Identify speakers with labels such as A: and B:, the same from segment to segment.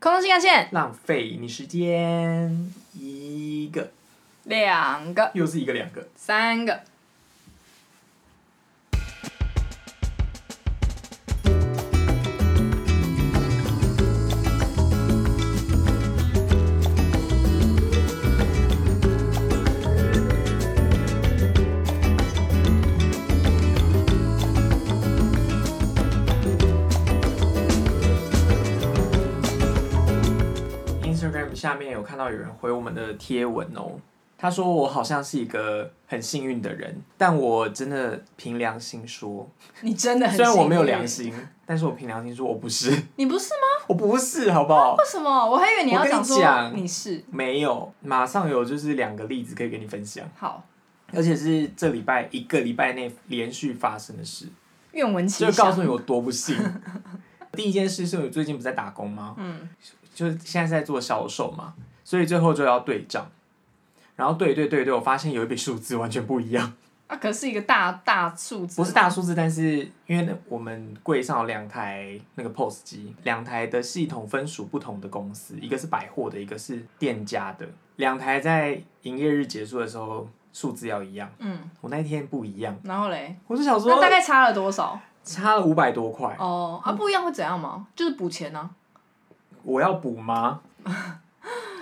A: 空中新干线
B: 浪费你时间，一个
A: 两个、
B: 又是一个两个，
A: 三个。
B: Instagram 下面有看到有人回我们的贴文哦，他说我好像是一个很幸运的人，但我真的凭良心说，
A: 你真的很
B: 虽然我没有
A: 幸运
B: 良，心，但是我凭良心说我不是，
A: 你不是吗？
B: 我不是，好不好？
A: 为什么？我还以为你要
B: 我跟你
A: 讲说
B: 讲
A: 你是
B: 没有，马上有就是两个例子可以给你分享，
A: 好
B: 而且是这礼拜一个礼拜内连续发生 的事，
A: 愿闻其
B: 就
A: 详。
B: 告诉你我多不幸。第一件事是我最近不是在打工吗？
A: 嗯，
B: 就是现在是在做销售嘛，所以最后就要对账，然后对对对对，我发现有一笔数字完全不一样，
A: 啊，可是一个大大数字，
B: 不是大数字，但是因为我们柜上有两台那个 POS 机，两台的系统分属不同的公司，一个是百货的，一个是店家的，两台在营业日结束的时候数字要一样，
A: 嗯，
B: 我那一天不一样，
A: 然后嘞，
B: 我就想
A: 那
B: 说
A: 大概差了多少？
B: 差了五百多块，
A: 哦，啊，不一样会怎样吗？就是补钱啊呢、
B: 我要补吗？
A: 啊，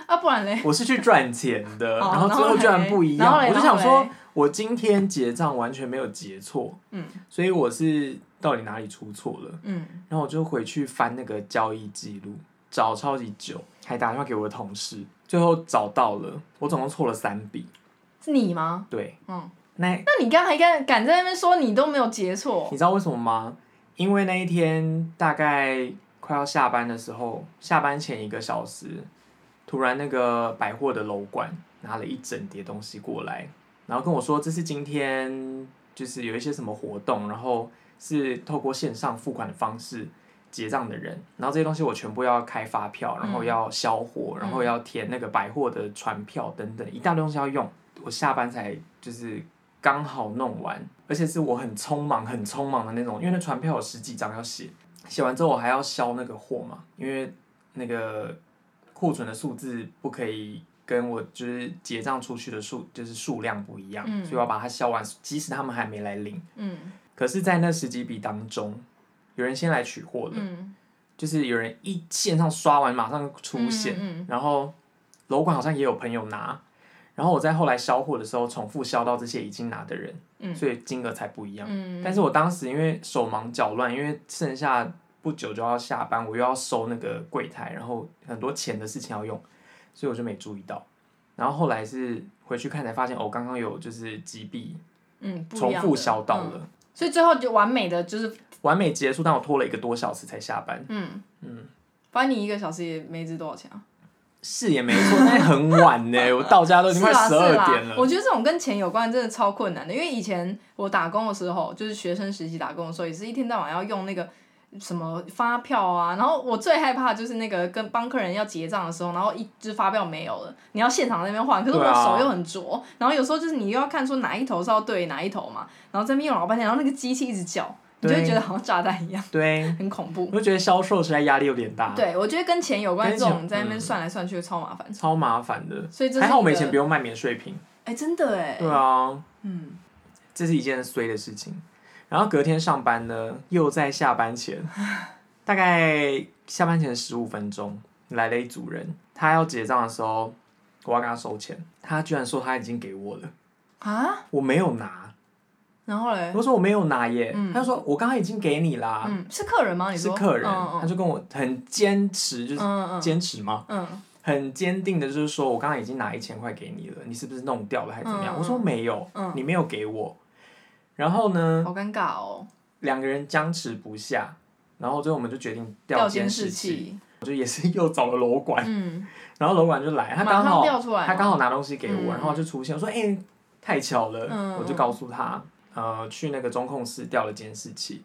A: 啊，不然嘞，
B: 我是去赚钱的，
A: 哦
B: 然后最后居然不一
A: 然后
B: 样，
A: 嘞
B: 我就想
A: 然后
B: 说
A: 嘞，
B: 我今天结账完全没有结错，
A: 嗯
B: 所以我是到底哪里出错了？
A: 嗯，
B: 然后我就回去翻那个交易记录，找超级久，还打电话给我的同事，最后找到了，我总共错了三笔，
A: 是你吗？
B: 对，
A: 嗯，
B: 那
A: 那你刚才敢敢在那边说你都没有结错
B: 你，知道为什么吗？因为那一天大概快要下班的时候，下班前一个小时，突然那个百货的楼管拿了一整叠东西过来，然后跟我说这是今天就是有一些什么活动，然后是透过线上付款的方式结账的人，然后这些东西我全部要开发票，然后要销货，然
A: 嗯
B: 后要填那个百货的传票等等，一大堆东西要用。我下班才就是刚好弄完，而且是我很匆忙、很匆忙的那种，因为那传票有十几张要写，写完之后我还要销那个货嘛，因为那个库存的数字不可以跟我就是结账出去的数就是数量不一样，
A: 嗯
B: 所以我要把它销完，即使他们还没来领。
A: 嗯
B: 可是，在那十几笔当中，有人先来取货了，
A: 嗯，
B: 就是有人一线上刷完马上出现，
A: 嗯，嗯
B: 然后楼管好像也有朋友拿，然后我在后来销货的时候重复销到这些已经拿的人，
A: 嗯
B: 所以金额才不一样。
A: 嗯，
B: 但
A: 是
B: 是我当时因为手忙脚乱，因为剩下不久就要下班，我又要收那个柜台，然后很多钱的事情要用，所以我就没注意到。然后后来是回去看才发现，哦，刚刚有就是几笔
A: 嗯不一
B: 重
A: 样
B: 复
A: 的
B: 销到
A: 嗯
B: 了，
A: 所以最后就完美的就是
B: 完美结束，但我拖了一个多小时才下班，
A: 嗯
B: 嗯，
A: 反正你一个小时也没值多少钱啊，
B: 是也没错，但是很晚呢，我到家都已经
A: 是
B: 呃快
A: 啦
B: 十二
A: 是啦
B: 点了。
A: 我觉得这种跟钱有关真的超困难的，因为以前我打工的时候，就是学生实习打工的时候，也是一天到晚要用那个。什么发票啊？然后我最害怕就是那个跟帮客人要结账的时候，然后一支发票没有了，你要现场在那边换，可是我
B: 对啊
A: 手又很拙，然后有时候就是你又要看说哪一头是要对哪一头嘛，然后这边用老半天，然后那个机器一直叫，你就会
B: 对
A: 觉得好像炸弹一样，
B: 对，
A: 很恐怖
B: 我。就觉得销售实在压力有点大，
A: 对，我觉得跟钱有关
B: 啊跟
A: 这
B: 钱
A: 种在那边
B: 嗯
A: 算来算去超麻烦。
B: 超麻烦的。
A: 所以这是
B: 还好我们
A: 一
B: 以
A: 个
B: 前不用卖免税品。
A: 哎、真的哎，
B: 对啊，
A: 嗯，
B: 这是一件衰的事情。然后隔天上班呢，又在下 班前，大概下班前十五分钟来了一组人，他要结账的时候，我要跟他收钱，他居然说他已经给我了，
A: 啊，
B: 我没有拿，
A: 然后嘞，
B: 我说我没有拿耶，
A: 嗯
B: 他就说我刚刚已经给你啦，
A: 嗯，是客人吗？你
B: 啊是
A: 说
B: 客人，他
A: 嗯
B: 就跟我很坚持，就是
A: 嗯嗯
B: 坚持吗？
A: 嗯嗯
B: 很坚定的，就是说我刚刚已经拿一千块给你了，你是不是弄掉了还是怎么
A: 嗯
B: 样？
A: 嗯
B: 我说没有，
A: 嗯
B: 你没有给我。然后呢
A: 嗯，，好尴尬哦，
B: 两个人僵持不下，然后最后我们就决定调
A: 掉
B: 监
A: 监
B: 视器，
A: 器，
B: 我就也是又找了楼管，
A: 嗯，
B: 然后楼管就哎来，他
A: 马
B: 刚
A: 上
B: 好
A: 调出来吗，
B: 他刚好拿东西给我，
A: 嗯
B: 然后就出现，我说哎、太巧了，
A: 嗯
B: 我就
A: 嗯
B: 告诉他，呃，去那个中控室调了监视器，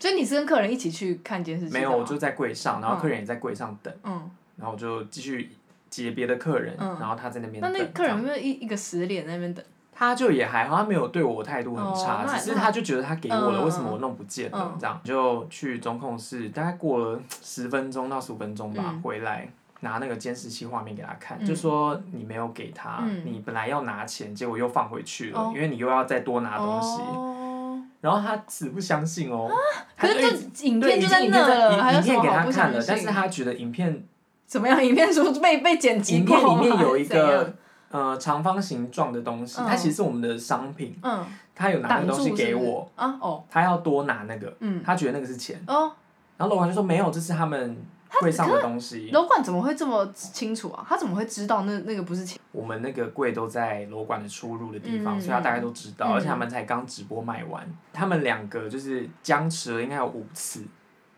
A: 所以你是跟客人一起去看监视器的
B: 没
A: 吗，
B: 有，我就在柜上，然后
A: 嗯
B: 客人也在柜上等，
A: 嗯，
B: 然后我就继续接别的客人，
A: 嗯
B: 然后他在那边
A: 那
B: 等，
A: 那个客
B: 这样
A: 人有没有一一个死脸在那边等？
B: 他就也还好，他没有对我态度很
A: 哦
B: 差，
A: 那
B: 只是他就觉得他给我了，
A: 嗯
B: 为什么我弄不见了？
A: 嗯
B: 这样就去中控室，大概过了十分钟到十五分钟吧，
A: 嗯
B: 回来拿那个监视器画面给他看，
A: 嗯
B: 就说你没有给他，
A: 嗯
B: 你本来要拿钱，结果又放回去了，
A: 哦
B: 因为你又要再多拿东西。
A: 哦啊
B: 然后他死不相信哦，
A: 可是
B: 他就一直
A: 这影
B: 对
A: 片
B: 已
A: 就
B: 经
A: 在
B: 影
A: 那
B: 片
A: 了，
B: 影
A: 还有
B: 影
A: 什
B: 片
A: 么
B: 给
A: 好
B: 他
A: 不
B: 看
A: 相
B: 了，但是
A: 信？
B: 他觉得影片
A: 怎么样？影片是不是被被剪辑
B: 影
A: 过
B: 片
A: 吗？
B: 里面有一
A: 还是怎样
B: 个呃长方形状的东西，
A: 嗯
B: 它其实是我们的商品，
A: 嗯
B: 他有拿
A: 挡
B: 那
A: 住
B: 个东西
A: 是不是
B: 给我，
A: 啊哦
B: 他要多拿那个，
A: 嗯
B: 他觉得那个是钱，
A: 哦，
B: 然后楼管就说没有，这是他们柜上的东西，
A: 楼管怎么会这么清楚啊？他怎么会知道那那个不是钱？
B: 我们那个柜都在楼管的出入的地方，
A: 嗯
B: 所以他大概都知道，
A: 嗯
B: 而且他们才刚直播卖完，他们两个就是僵持了应该有五次。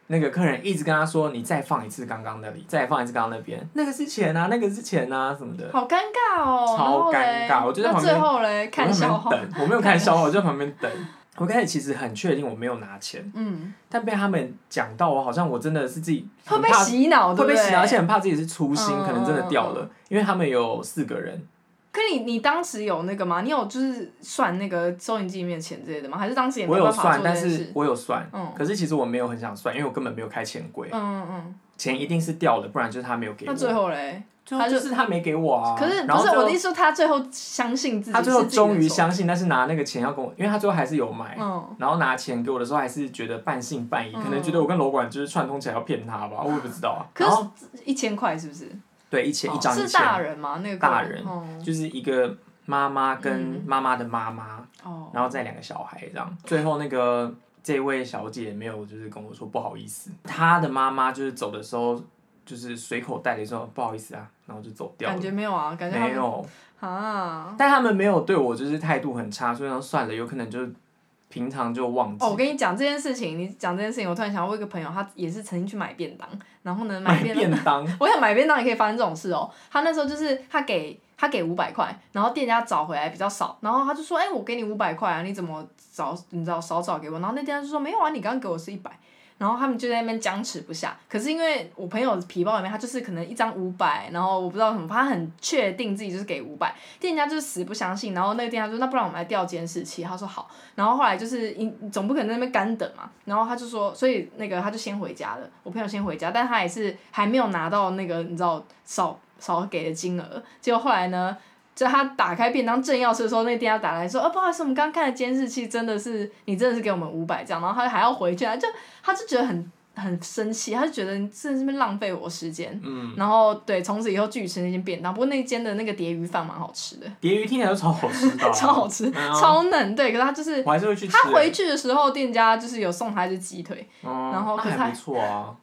B: 那个客人一直跟他说：“你再放一次刚刚那里，再放一次刚刚那边，那个是钱啊，那个是钱啊，什么的。”
A: 好尴尬哦，
B: 超
A: 然后嘞
B: 尴尬我就在
A: 那
B: 旁边
A: 最后嘞，看笑
B: 我
A: 话
B: 在，旁边等，我没有看笑话，我就在旁边等。我开始其实很确定我没有拿钱，
A: 嗯，
B: 但被他们讲到，我好像我真的是自己
A: 会
B: 很
A: 被
B: 怕，
A: 洗脑，对不
B: 会被
A: 哦对？
B: 洗脑，而且很怕自己是粗心，
A: 嗯
B: 可能真的掉了，因为他们有四个人，
A: 可你你当时有那个吗？你有就是算那个收银机里面的钱之类的吗？还是当时也没
B: 我有
A: 办法
B: 算，
A: 做这
B: 但
A: 件
B: 是
A: 事？
B: 我有算，
A: 嗯
B: 可是其实我没有很想算，因为我根本没有开钱柜
A: 嗯，嗯嗯，
B: 钱一定是掉了，不然就是他没有给我。
A: 那最后嘞，
B: 就
A: 他就
B: 就是他没给我啊，
A: 可是
B: 然
A: 不
B: 后
A: 是我的
B: 最
A: 意
B: 后
A: 思，说他最后相信自己，
B: 他最后
A: 是自己的
B: 终于
A: 错，
B: 相信，但是拿那个钱要跟我，因为他最后还是有买，
A: 嗯，
B: 然后拿钱给我的时候，还是觉得半信半疑，
A: 嗯
B: 可能觉得我跟楼管就是串通起来要骗他吧，我也不知道啊。
A: 可
B: 然后
A: 是一千块是不是？
B: 对一千一
A: 哦
B: 张一
A: 是大
B: 千，
A: 人吗？那个
B: 大
A: 工
B: 人
A: 哦
B: 就是一个妈妈
A: 嗯
B: 跟妈妈的妈妈，
A: 哦，
B: 然后再两个小孩这样。最后那个这位小姐没有就是跟我说不好意思，她的妈妈就是走的时候就是随口带了一说不好意思啊，然后就走掉
A: 感
B: 了。
A: 觉没有啊，感觉他
B: 没
A: 们
B: 有，
A: 啊。
B: 但他们没有对我就是态度很差，所以说算了，有可能就是平常就忘记
A: 哦，我跟你讲这件事情，你讲这件事情，我突然想到，我有一个朋友，他也是曾经去买便当，然后呢，
B: 买
A: 便
B: 便当，
A: 我想买便当也可以发生这种事哦。他那时候就是他给他给五百块，然后店家找回来比较少，然后他就说：“哎、我给你五百块啊，你怎么找？你知道少找给我？”然后那店家就说：“没有啊，你刚刚给我是一百。”然后他们就在那边僵持不下。可是因为我朋友皮包里面，他就是可能一张五百，然后我不知道什么，他很确定自己就是给五百，店家就是死不相信。然后那个店家就说：“那不然我们来调监视器。”他说：“好。”然后后来就是你你总不可能在那边干等嘛，然后他就说，所以那个他就先回家了，我朋友先回家，但他也是还没有拿到那个你知道少少给的金额，结果后来呢，就他打开便当正要吃的时候，那店家打来说，哦不好意思，我们刚刚看了监视器，真的是你真的是给我们五百这样，然后他还要回去，他就他就觉得很很生气，他就觉得你真的是在那边浪费我时间。
B: 嗯，
A: 然后对，从此以后拒吃那间便当。不过那间的那个蝶鱼饭蛮好吃的，
B: 蝶鱼听起来就超好吃的 啊、
A: 超好吃，
B: 嗯啊
A: 超嫩。对，可是它就是
B: 我还是会去吃欸。
A: 他回去的时候，店家就是有送他一只鸡腿，
B: 嗯，
A: 然后
B: 那
A: 可是他
B: 还不错啊，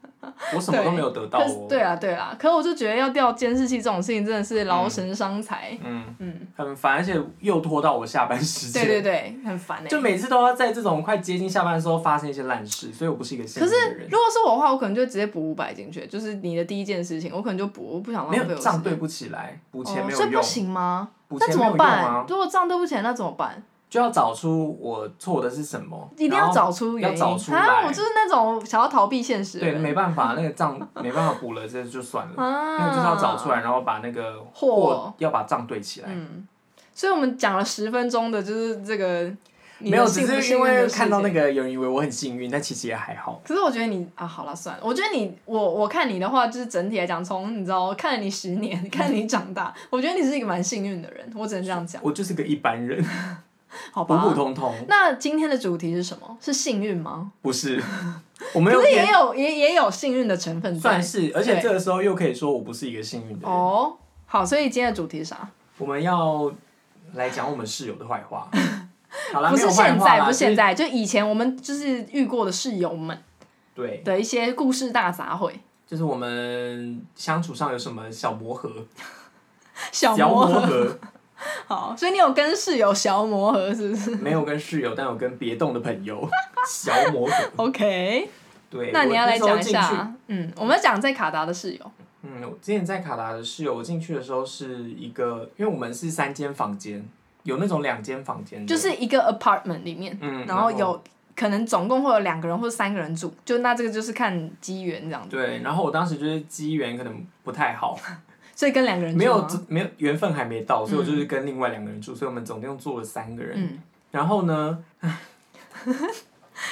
B: 我什么都没有得到
A: 可是
B: 哦。
A: 对啊对啊，可我就觉得要调监视器这种事情真的是劳神伤财，
B: 嗯，
A: 嗯，
B: 很烦，而且又拖到我下班时间。
A: 对对对，很烦哎、
B: 就每次都要在这种快接近下班的时候发生一些烂事，所以我不是一个幸
A: 可
B: 运
A: 是
B: 的人
A: 如。果是我的话，我可能就直接补五百进去，就是你的第一件事情，我可能就补，我不想浪
B: 没
A: 费我
B: 有账对
A: 不
B: 不起来，补钱没
A: 哦，
B: 有
A: 所以不
B: 用，
A: 行吗？
B: 补
A: 那
B: 钱
A: 怎
B: 没有
A: 么
B: 用
A: 办？
B: 啊，
A: 如果账对不起来，那怎么办？
B: 就要找出我错的是什么，
A: 一定
B: 然
A: 要
B: 后
A: 找出原
B: 要找出
A: 因啊！
B: 来
A: 我就是那种想要逃避现实的
B: 对，
A: 人，
B: 没办法，那个账没办法补了，这就算了，
A: 啊，
B: 那个就是要找出来，然后把那个
A: 货
B: 货要把账对起来。
A: 嗯，所以我们讲了十分钟的，就是这个你的
B: 没有，
A: 幸
B: 只
A: 不
B: 是
A: 幸
B: 因
A: 运的
B: 为
A: 事
B: 看到
A: 情
B: 那。个有人以为我很幸运，但其实也还好。
A: 可是我觉得你啊，好了算了，我觉得你我我看你的话，就是整体来讲，从你知道我看了你十年，看你长大，我觉得你是一个蛮幸运的人，我只能这样讲，
B: 我就是个一般人，
A: 好
B: 普
A: 吧？
B: 普通通，
A: 那今天的主题是什么？是幸运吗？
B: 不是， 我没
A: 可
B: 有
A: 是也
B: 偏
A: 有也也有幸运的成分在
B: 算是，而且这个时候又可以说我不是一个幸运的人。
A: 哦。好，所以今天的主题是啥？
B: 我们要来讲我们室友的坏 话。好啦，
A: 不是
B: 没有坏
A: 现
B: 话
A: 在，
B: 啦
A: 不是现。
B: 就是
A: 在，就以前我们就是遇过的室友们
B: 对，
A: 的一些故事大杂烩，
B: 就是我们相处上有什么小磨合，
A: 小
B: 小
A: 磨
B: 磨
A: 合。
B: 合，
A: 好，所以你有跟室友小磨合是不是
B: 没有跟室友，但有跟别栋的 朋友小磨合。
A: ？OK，
B: 对，
A: 那你要来
B: 我
A: 讲
B: 那
A: 一
B: 时候进去。
A: 下，嗯，我们要讲在卡达的室友，
B: 嗯，我之前在卡达的室友，我进去的时候是一个，因为我们是三间房间，有那种两间房间的，
A: 就是一个 apartment 里面，
B: 嗯，
A: 然后有可能总共会有两个人或三个人住，就那这个就是看机缘这样子。
B: 对，然后我当时就是机缘可能不太好，
A: 所以跟两个人住啊
B: 没有
A: 吗
B: 没有缘分还没到，所以我就是跟另外两个人住，所以我们总共住了三个人。
A: 嗯，
B: 然后呢，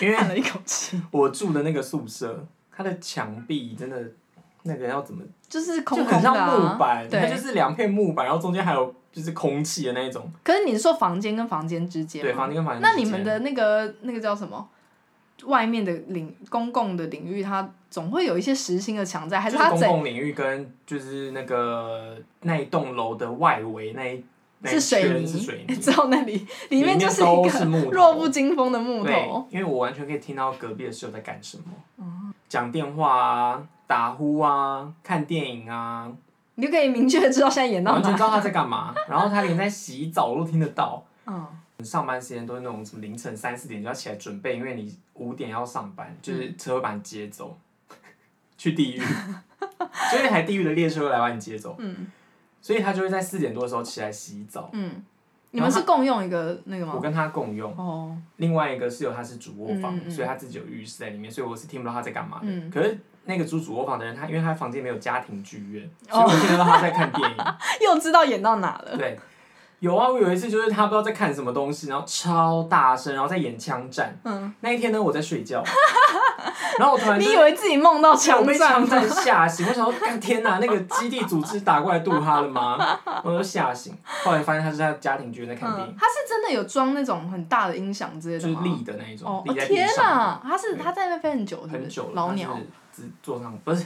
B: 因为
A: 叹了一口气，
B: 我住的那个宿舍，它的墙壁真的那个要怎么，
A: 就是空
B: 就
A: 空
B: 很
A: 的、
B: 像
A: 啊、
B: 木板，它就
A: 对。
B: 是两片木板，然后中间还有就是空气的那一种。
A: 可是你是说房间跟房间之间吗？
B: 对，房间跟房间之
A: 那
B: 间。
A: 你们的那个那个叫什么？外面的领公共的领域，它总会有一些实心的墙在，还
B: 就是是
A: 它
B: 公
A: 整
B: 共领域跟就是那个那一栋楼的外围那一那一
A: 是水
B: 圈
A: 泥
B: 是水泥，
A: 只有那里 里面就是
B: 都
A: 一
B: 是
A: 个
B: 木头
A: 弱不禁风的木
B: 对
A: 头。，
B: 因为我完全可以听到隔壁的室友在干什么，讲电话啊、打呼啊、看电影啊，
A: 你就可以明确地知道现在演到
B: 完全
A: 哪。
B: 知道他在干嘛。然后他连在洗澡我都听得到。
A: 嗯，
B: 上班时间都是那种什么凌晨三四点就要起来准备，因为你五点要上班，就是车会把你接走， 去地狱，就是那台地狱的列车会来把你接走。
A: 嗯
B: 所以他就会在四点多的时候起来洗澡。
A: 嗯，你们是共用一个那个
B: 我
A: 吗？
B: 跟他共用，
A: 哦，
B: 另外一个室友他是主卧房，
A: 嗯嗯嗯
B: 所以他自己有浴室在里面，所以我是听不到他在干嘛的。
A: 嗯
B: 可是那个住主卧房的人，他因为他房间没有家庭剧院，所以
A: 哦
B: 我听得到他在 看电影。
A: 又知道演到哪了。
B: 对，有啊，我有一次就是他不知道在看什么东西，然后超大声，然后在演枪战。
A: 嗯，
B: 那一天呢，我在睡觉， 然后我突然就
A: 你以为自己梦到
B: 我
A: 枪
B: 被
A: 战啊
B: 枪
A: 吗？
B: 战吓醒，我想说，干天哪，那个基地组织打过来渡他了吗？ 我就吓醒，后来发现他是在家庭剧院在看电影
A: 嗯，，他是真的有装那种很大的音响之类
B: 就
A: 的
B: 是
A: 吗？
B: 立的那一
A: 哦
B: 种，，
A: 哦
B: 立在地
A: 天
B: 上，
A: 哪！他是他在那边飞很久，是不
B: 很
A: 是
B: 久了，
A: 老鸟，
B: 只坐上不是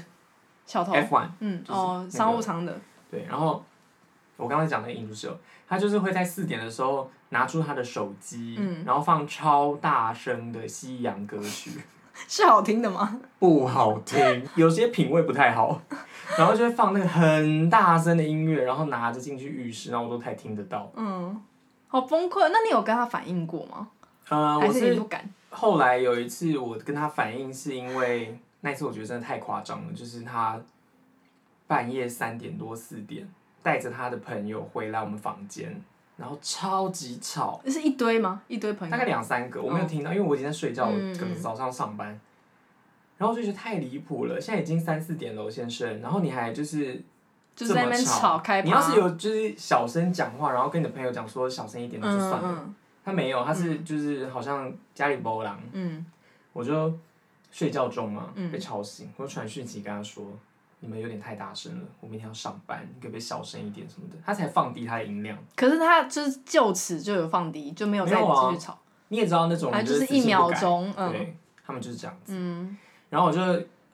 A: 小头，
B: F one，
A: 嗯，
B: 就是
A: 哦
B: 那，个
A: 商务舱的，
B: 对，然后我刚才讲那个印度室友，他就是会在四点的时候拿出他的手机，
A: 嗯
B: 然后放超大声的西洋歌 曲，
A: 是好听的吗？
B: 不好听，有些品味不太好，然后就会放那个很大声的音乐，然后拿着进去浴室，然后我都才听得到。
A: 嗯，好崩溃。那你有跟他反映过吗？
B: 呃，
A: 还
B: 我
A: 是你
B: 是
A: 不敢？
B: 后来有一次我跟他反映，是因为那一次我觉得真的太夸张了，就是他半夜三点多四点带着他的朋友回来我们房间，然后超级吵。
A: 是一堆吗？一堆朋友
B: 大？概两三个，我没有听到，因为我已经在睡觉，我
A: 嗯
B: 可能早上上班，然后我就觉得太离谱了。现在已经三四点了，先生，然后你还就是
A: 就是在那边
B: 这么吵
A: 开趴。
B: 你要是有就是小声讲话，然后跟你的朋友讲说小声一点，那就
A: 嗯
B: 算了。
A: 嗯
B: 他没有，他是就是好像家里波浪，
A: 嗯，
B: 我就睡觉中嘛
A: 嗯
B: 被吵醒，我就传讯息跟他说。你们有点太大声了，我明天要上班，你可不可以小声一点什么的？他才放低他的音量。
A: 可是他就是就此就有放低，就没有再
B: 没有啊
A: 继续吵，
B: 你也知道那种
A: 反
B: 人
A: 正就是是
B: 死
A: 一
B: 性不
A: 秒
B: 改
A: 钟，嗯
B: 对他们就是这样。
A: 嗯，
B: 然后我就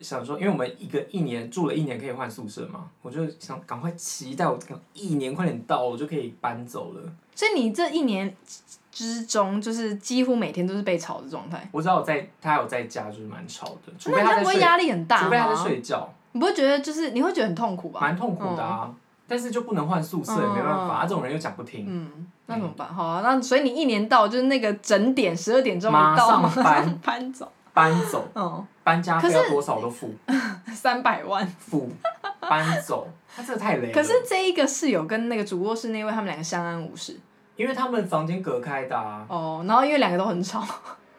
B: 想说，因为我们一个一年住了一年可以换宿舍嘛，我就想赶快期待我这个一年快点到，我就可以搬走了。
A: 所以你这一年之中，就是几乎每天都是被吵的状态。
B: 我知道我在他有在家就是蛮吵的，除
A: 那
B: 非
A: 你
B: 他在
A: 不会
B: 睡，
A: 压力很大
B: 除非他在
A: 吗？
B: 睡觉，
A: 你不会觉得就是你会觉得很痛苦吧？嗯
B: 蛮痛苦的啊。但是就不能换宿舍，也没办法，啊这种人又讲不听，
A: 嗯，那怎么办？好啊，那所以你一年到就是那个整点十二点钟
B: 马
A: 一到，
B: 上
A: 马
B: 搬
A: 上搬走，
B: 搬走，
A: 嗯，
B: 搬家费
A: 可
B: 要
A: 是
B: 多少我都付
A: 三百万。
B: 付，搬走，他这个太累了。
A: 可是这一个室友跟那个主卧室那位，他们两个相安无事
B: 因为他们房间隔开的、啊，
A: 哦。然后因为两个都很吵，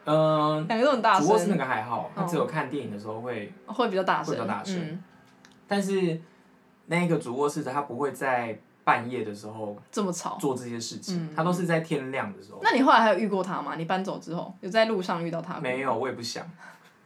B: 嗯、
A: 两个都很大
B: 主卧室那
A: 声，
B: 个还好，他
A: 嗯
B: 只有看电影的时候会
A: 会比较大声，
B: 会比较大声
A: 嗯，
B: 但是那个主卧室他不会在半夜的时候
A: 这么吵。
B: 做这些事情，
A: 嗯
B: 他都是在天亮的时候。
A: 那你后来还有遇过他吗？你搬走之后有在路上遇到他过
B: 没有，我也不想。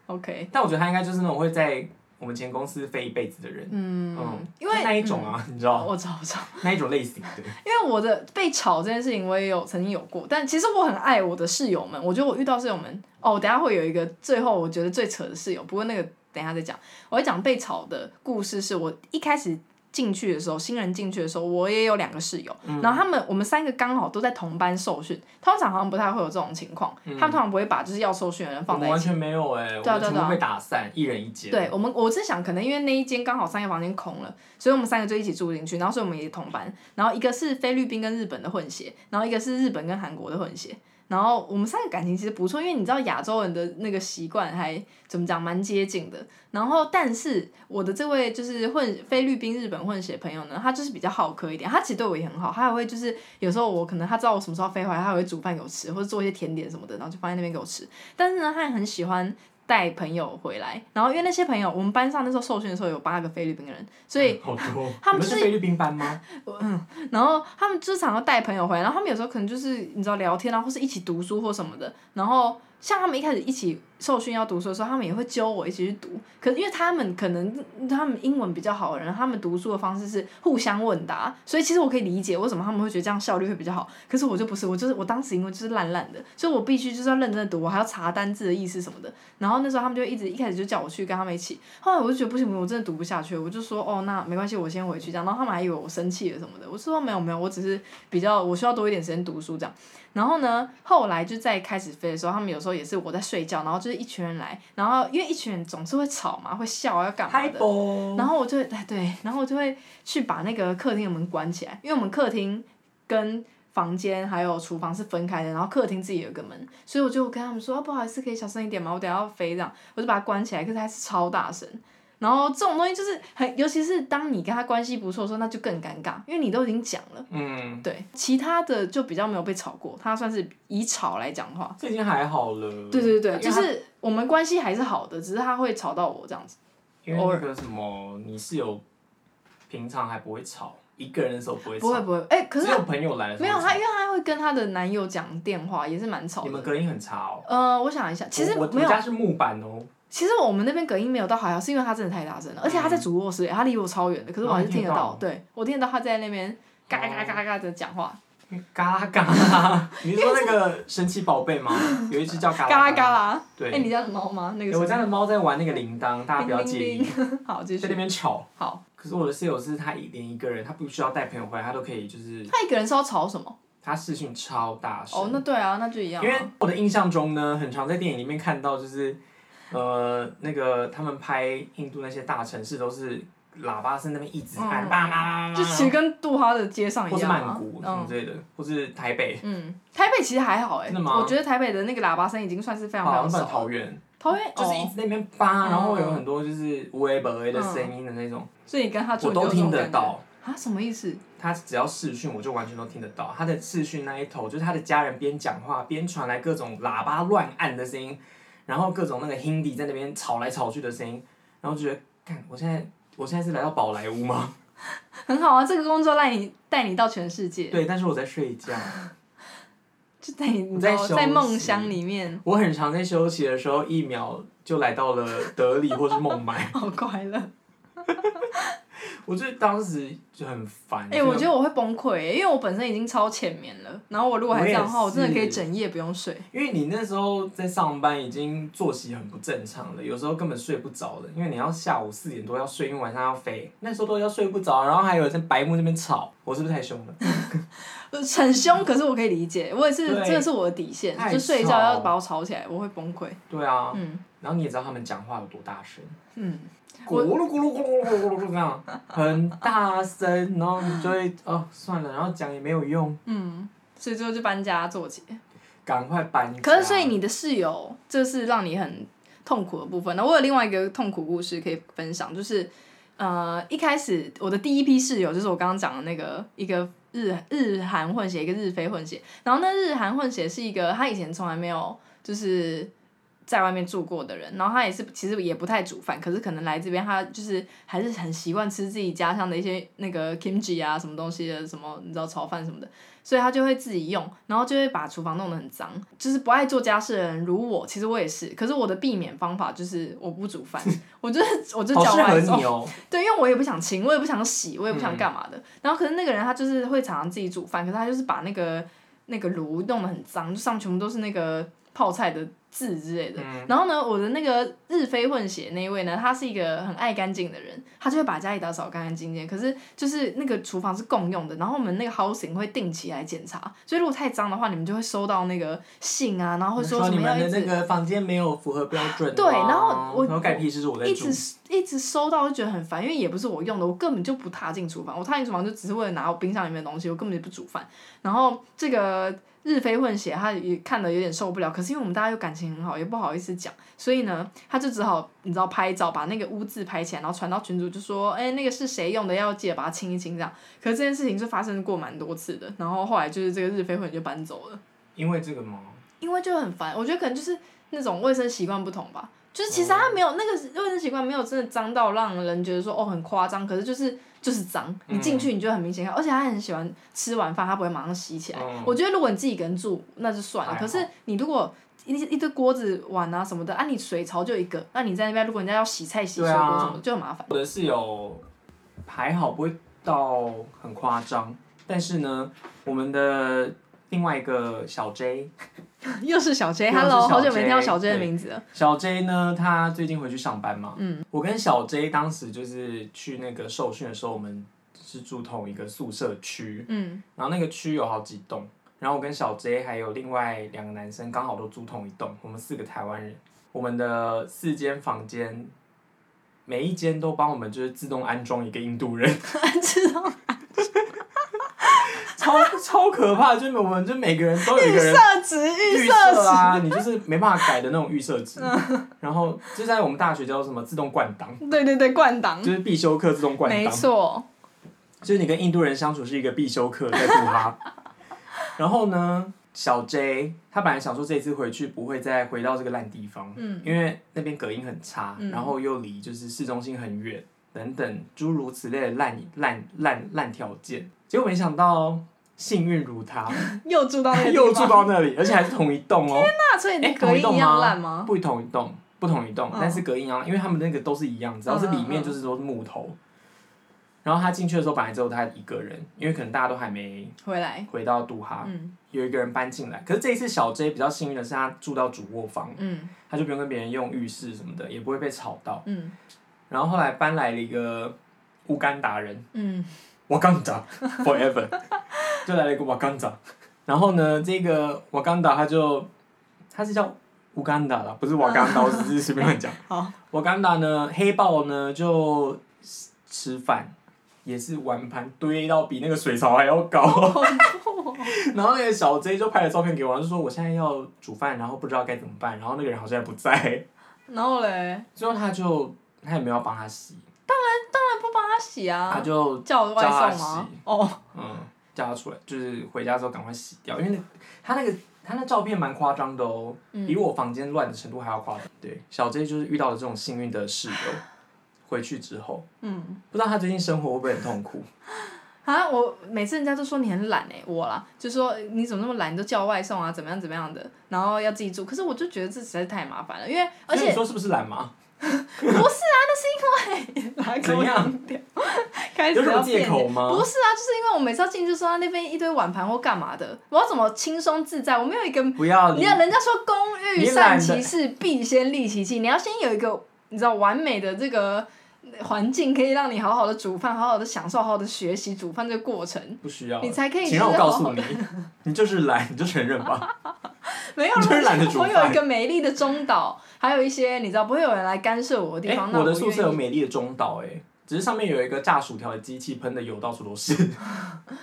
A: ？OK，
B: 但我觉得他应该就是那种会在我们前公司飞一辈子的人，
A: 嗯，
B: 嗯，
A: 因为
B: 就那一种啊，你知
A: 嗯
B: 道，
A: 我知道，我知 道。
B: 那一种类型的。
A: 因为我的被吵这件事情，我也有曾经有过，但其实我很爱我的室友们。我觉得我遇到室友们，哦，我等一下会有一个最后我觉得最扯的室友，不过那个等一下再讲。我会讲被吵的故事，是我一开始进去的时候，新人进去的时候，我也有两个室友，
B: 嗯
A: 然后他们我们三个刚好都在同班受训，通常好像不太会有这种情况，
B: 嗯
A: 他们通常不会把就是要受训的人
B: 我
A: 放在
B: 们
A: 一起
B: 完。全没有哎、我
A: 对啊对
B: 们
A: 啊
B: 全
A: 对啊
B: 部被打散，一人一间。
A: 对我们，我是想可能因为那一间刚好三个房间空了，所以我们三个就一起住进去，然后所以我们也同班，然后一个是菲律宾跟日本的混血，然后一个是日本跟韩国的混血，然后我们三个感情其实不错，因为你知道亚洲人的那个习惯还怎么讲蛮接近的。然后但是我的这位就是混菲律宾日本混血朋友呢，他就是比较好客一点，他其实对我也很好，他还会就是有时候我可能他知道我什么时候要飞回来，他还会煮饭给我吃，或者做一些甜点什么的，然后就放在那边给我吃。但是呢，他也很喜欢带朋友回来，然后因为那些朋友，我们班上那时候受训的时候有八个菲律宾人，所以
B: 嗯好多。
A: 他们
B: 你
A: 就是
B: 菲律宾班吗？
A: 然后他们就是常常带朋友回来，然后他们有时候可能就是你知道聊天啊，或是一起读书或什么的。然后像他们一开始一起受训要读书的时候，他们也会揪我一起去读。可是因为他们可能他们英文比较好的人，他们读书的方式是互相问答，所以其实我可以理解为什么他们会觉得这样效率会比较好。可是我就不是，我就是我当时英文就是烂烂的，所以我必须就是要认真的读，我还要查单字的意思什么的。然后那时候他们就一直一开始就叫我去跟他们一起，后来我就觉得不行，不行我真的读不下去，我就说哦，那没关系，我先回去这样。然后他们还以为我生气了什么的，我说没有没有，我只是比较我需要多一点时间读书这样。然后呢，后来就在开始飞的时候，他们有时候也是我在睡觉，然后就是一群人来，然后因为一群人总是会吵嘛，会笑啊，要干嘛的。
B: 波
A: 然后我就会哎对，然后我就会去把那个客厅的门关起来，因为我们客厅跟房间还有厨房是分开的，然后客厅自己有一个门，所以我就跟他们说、啊不好意思，可以小声一点嘛，我等下要飞这样，我就把它关起来，可是还是超大声。然后这种东西就是很，尤其是当你跟他关系不错的时候，那就更尴尬，因为你都已经讲了。
B: 嗯，
A: 对，其他的就比较没有被吵过，他算是以吵来讲话。
B: 这已经还好了。
A: 对对对，
B: 因为
A: 就
B: 他
A: 是我们关系还是好的，只是他会吵到我这样子。
B: 因为那个什么，你室友平常还不会吵，一个人的时候不会吵，
A: 不会不会，哎、可是
B: 只有朋友来的时
A: 没
B: 候
A: 有
B: 会吵
A: 她，因为她会跟她的男友讲电话，也是蛮吵
B: 你们
A: 的。
B: 隔音很差哦。
A: 呃，我想一下，其实
B: 我我
A: 没有
B: 我，家是木板哦，
A: 其实我们那边隔音没有到还好，是因为她真的太大声了，而且她
B: 嗯
A: 在主卧室，她离我超远的，可是我还是听得
B: 哦
A: 到
B: 你，
A: 对我听得到她在那边嘎嘎嘎嘎嘎的讲
B: 哦
A: 话，
B: 嘎啦嘎 啦。你是说那个神奇宝贝吗？有一只叫嘎
A: 嘎啦
B: 啦
A: 嘎
B: 啦。
A: 啦。
B: 对，
A: 哎，你家的猫吗？那个
B: 欸
A: 什
B: 我
A: 么
B: 家的猫在玩那个铃铛，大家不要
A: 叮
B: 介
A: 叮
B: 意，
A: 叮 好，继
B: 在那
A: 续。
B: 边吵。
A: 好，
B: 可是我的室友是他一连一个人，他不需要带朋友回来，他都可以，就是
A: 她一个人是要吵什么？
B: 他视讯超大声。
A: 哦，那对啊，那就一样
B: 因为
A: 啊。
B: 我的印象中呢，很常在电影里面看到，就是呃，那个他们拍印度那些大城市都是喇叭声那边一直按，
A: 嗯
B: 叭叭叭叭叭，
A: 就其实跟杜哈的街上
B: 或
A: 一
B: 是
A: 样
B: 曼
A: 啊
B: 谷。什么
A: 嗯
B: 之类的，或是台北，
A: 嗯，台北其实还好哎，
B: 真的吗
A: 我觉得台北的那个喇叭声已经算是非常非
B: 好
A: 常
B: 像
A: 少了。
B: 桃园，
A: 桃园
B: 就是
A: 哦
B: 一直那边叭，
A: 嗯
B: 然后有很多就是无为不为的声音的那种，
A: 所以你跟他住
B: 我
A: 你就
B: 都
A: 有这种
B: 听得
A: 感觉
B: 到。
A: 啊？什么意思？
B: 他只要视讯，我就完全都听得到。他的视讯那一头，就是他的家人边讲话边传来各种喇叭乱按的声音，然后各种那个 Hindi 在那边吵来吵去的声音，然后就觉得，看我现在我现在是来到宝莱 坞吗？
A: 很好啊，这个工 作带你带你到全世界，
B: 对，但是我在睡觉。
A: 就带你你知
B: 在
A: 道
B: 休
A: 在梦
B: 息
A: 乡里面，
B: 我很常在休息的时候，一秒就来到了德里或是孟买。
A: 好快乐。
B: 我就当时就很烦。
A: 哎、我觉得我会崩溃、因为我本身已经超浅眠了，然后我如果还
B: 我
A: 这
B: 也
A: 样的话，我真的可以
B: 是
A: 整夜不用睡。
B: 因为你那时候在上班，已经作息很不正常了，有时候根本睡不着了，因为你要下午四点多要睡，因为晚上要飞，那时候都要睡不着，然后还有人在白目那边吵，我是不是太凶了？
A: 呃很凶，可是我可以理解，我也是，
B: 对
A: 这个是我的底线，
B: 太
A: 就睡觉
B: 吵
A: 要把我吵起来，我会崩溃。
B: 对 啊，
A: 嗯
B: 然后你也知道他们讲话有多大声，
A: 嗯，
B: 咕噜咕噜咕噜咕噜咕噜咕噜这样，很大声，然后你就会哦算了，然后讲也没有用，
A: 嗯，所以最后就搬家做起。
B: 赶快搬家。
A: 可是，所以你的室友，这是让你很痛苦的部分。那我有另外一个痛苦故事可以分享，就是呃，一开始我的第一批室友，就是我刚刚讲的那个一个日日韩混血，一个日非混血。然后那日韩混血是一个他以前从来没有就是在外面住过的人，然后他也是其实也不太煮饭，可是可能来这边他就是还是很习惯吃自己家乡的一些那个 kimchi 啊什么东西的什么你知道炒饭什么的，所以他就会自己用，然后就会把厨房弄得很脏。就是不爱做家事的人，如我，其实我也是，可是我的避免方法就是我不煮饭，我就是我就
B: 好
A: 叫
B: 适合
A: 外送
B: 你。哦，
A: 对，因为我也不想清，我也不想洗，我也不
B: 嗯
A: 想干嘛的。然后可是那个人他就是会常常自己煮饭，可是他就是把那个那个炉弄得很脏，就上面全部都是那个泡菜的渍之类的。
B: 嗯
A: 然后呢，我的那个日非混血那一位呢，他是一个很爱干净的人，他就会把家里打扫干干净净。可是就是那个厨房是共用的，然后我们那个 housing 会定期来检查，所以如果太脏的话，你们就会收到那个信啊，然后会说什
B: 你
A: 么要
B: 们的
A: 一直
B: 那个房间没有符合标准啊。
A: 对然后我
B: 然后盖屁事是我在
A: 一
B: 住
A: 直。一直收到就觉得很烦，因为也不是我用的，我根本就不踏进厨房，我踏进厨房就只是为了拿我冰箱里面的东西，我根本就不煮饭。然后这个日非混血，他也看的有点受不了，可是因为我们大家又感情很好，也不好意思讲，所以呢，他就只好你知道拍照，把那个污渍拍起来，然后传到群主就说，哎、那个是谁用的，要记得把它清一清这样。可是这件事情就发生过蛮多次的，然后后来就是这个日非混血就搬走了。
B: 因为这个吗？
A: 因为就很烦，我觉得可能就是那种卫生习惯不同吧。就是其实它没有那个卫生习惯没有真的脏到让人觉得说哦很夸张，可是就是就是脏，
B: 嗯
A: 你进去你就很明显看，而且他很喜欢吃完饭他不会马上洗起来。
B: 嗯
A: 我觉得如果你自己一个人住那就算了
B: 还，好
A: 可是你如果一一堆锅子碗啊什么的，啊你水槽就一个，那你在那边如果人家要洗菜洗水
B: 对
A: 果
B: 啊
A: 什么的、就很麻烦。
B: 我的室友还好，不会到很夸张，但是呢，我们的另外一个小 J，
A: 又是小 J，
B: 又是
A: Hello，
B: 小
A: 好久没
B: J，
A: 听到小 J 的
B: 对
A: 名字了。
B: 小 J 呢，他最近回去上班嘛，嗯，我跟小 J 当时就是去那个受训的时候，我们是住同一个宿舍区，
A: 嗯
B: 然后那个区有好几栋，然后我跟小 J 还有另外两个男生刚好都住同一栋，我们四个台湾人，我们的四间房间，每一间都帮我们就是自动安装一个印度人， 超超可怕，就是我们就每个人都有一个人
A: 设置预
B: 预
A: 设
B: 设
A: 值，
B: 啊，你就是没办法改的那种预设值，然后就在我们大学叫什么自动灌档，
A: 对对对，灌档，
B: 就是必修课自动灌
A: 没
B: 档。
A: 错，
B: 就是你跟印度人相处是一个必修课，在杜哈。然后呢，小 J 他本来想说这次回去不会再回到这个烂地方，
A: 嗯
B: 因为那边隔音很差，
A: 嗯
B: 然后又离就是市中心很远，等等诸如此类的烂烂烂烂条件。结果没想到幸运如他，
A: 又住到那个地方
B: 哎又住到那里，而且还是同一栋哦，
A: 那所以
B: 哎，
A: 隔
B: 同
A: 音
B: 一栋
A: 一样烂
B: 吗？
A: 吗？
B: 不同一栋，不同一栋，
A: 啊嗯
B: 但是隔音一啊样，因为他们那个都是一样，只要是里
A: 嗯
B: 面
A: 嗯嗯
B: 就是都是木头。然后他进去的时候，本来只有他一个人，因为可能大家都还没
A: 回来，
B: 回到杜哈，
A: 嗯
B: 有一个人搬进来。可是这一次小 J 比较幸运的是，他住到主卧房，
A: 嗯
B: 他就不用跟别人用浴室什么的，也不会被吵到。
A: 嗯
B: 然后后来搬来了一个乌干达人，
A: 嗯，
B: 瓦干 达 forever，就来了一个瓦干达。然后呢，这个瓦干达他就他是叫乌干达啦，不是瓦干达，我只是随便乱讲。
A: 嗯 好，
B: 瓦干达呢，黑豹呢就吃饭也是碗盘堆到比那个水槽还要高。
A: 哦
B: 然后那个小 J 就拍了照片给我，他就说我现在要煮饭，然后不知道该怎么办。然后那个人好像也不在，
A: 嗯然后嘞，
B: 最后他就他也没有帮他洗，
A: 当然不帮他洗
B: 他
A: 啊，
B: 就
A: 叫外送
B: 叫他
A: 吗
B: 洗？
A: 哦，
B: 嗯，叫他出来，就是回家之后赶快洗掉，因为那他那个他那照片蛮夸张的哦，
A: 嗯
B: 比我房间乱的程度还要夸张。对，小 J 就是遇到了这种幸运 的室友，回去之后，
A: 嗯，
B: 不知道他最近生活会不会很痛苦？
A: 啊，我每次人家都说你很懒哎、我啦，就说你怎么那么懒，你都叫外送啊，怎么样怎么样的，然后要自己煮，可是我就觉得这实在是太麻烦了，因为而
B: 所以
A: 且
B: 你 说是不是懒嘛？
A: 不是啊，那是因为 哪
B: 怎
A: 个我
B: 样
A: 用掉，开
B: 有
A: 始
B: 什
A: 要
B: 么借
A: 变
B: 口吗？
A: 不是啊，就是因为我每次要进去的时候，他那边一堆碗盘或干嘛的，我要怎么轻松自在？我没有一个，你
B: 不要你
A: 看人家说工欲
B: 你
A: 善
B: 懒得
A: 其事，必先利其器，你要先有一个你知道完美的这个环境，可以让你好好的煮饭，好好的享受，好好的学习煮饭这个过程，
B: 不需要
A: 你，才可以
B: 请让我
A: 就是好
B: 告
A: 好
B: 诉你， 你就是懒，你就承认吧。
A: 没有，
B: 你就是懒得
A: 如
B: 煮
A: 果
B: 饭
A: 我有一个美丽的中岛，还有一些你知道不会 有人来干涉我的地
B: 哎、
A: 方，那
B: 我的
A: 愿
B: 宿舍有
A: 意
B: 美丽的中岛、哎，只是上面有一个炸薯条的机器，喷的油到处都是。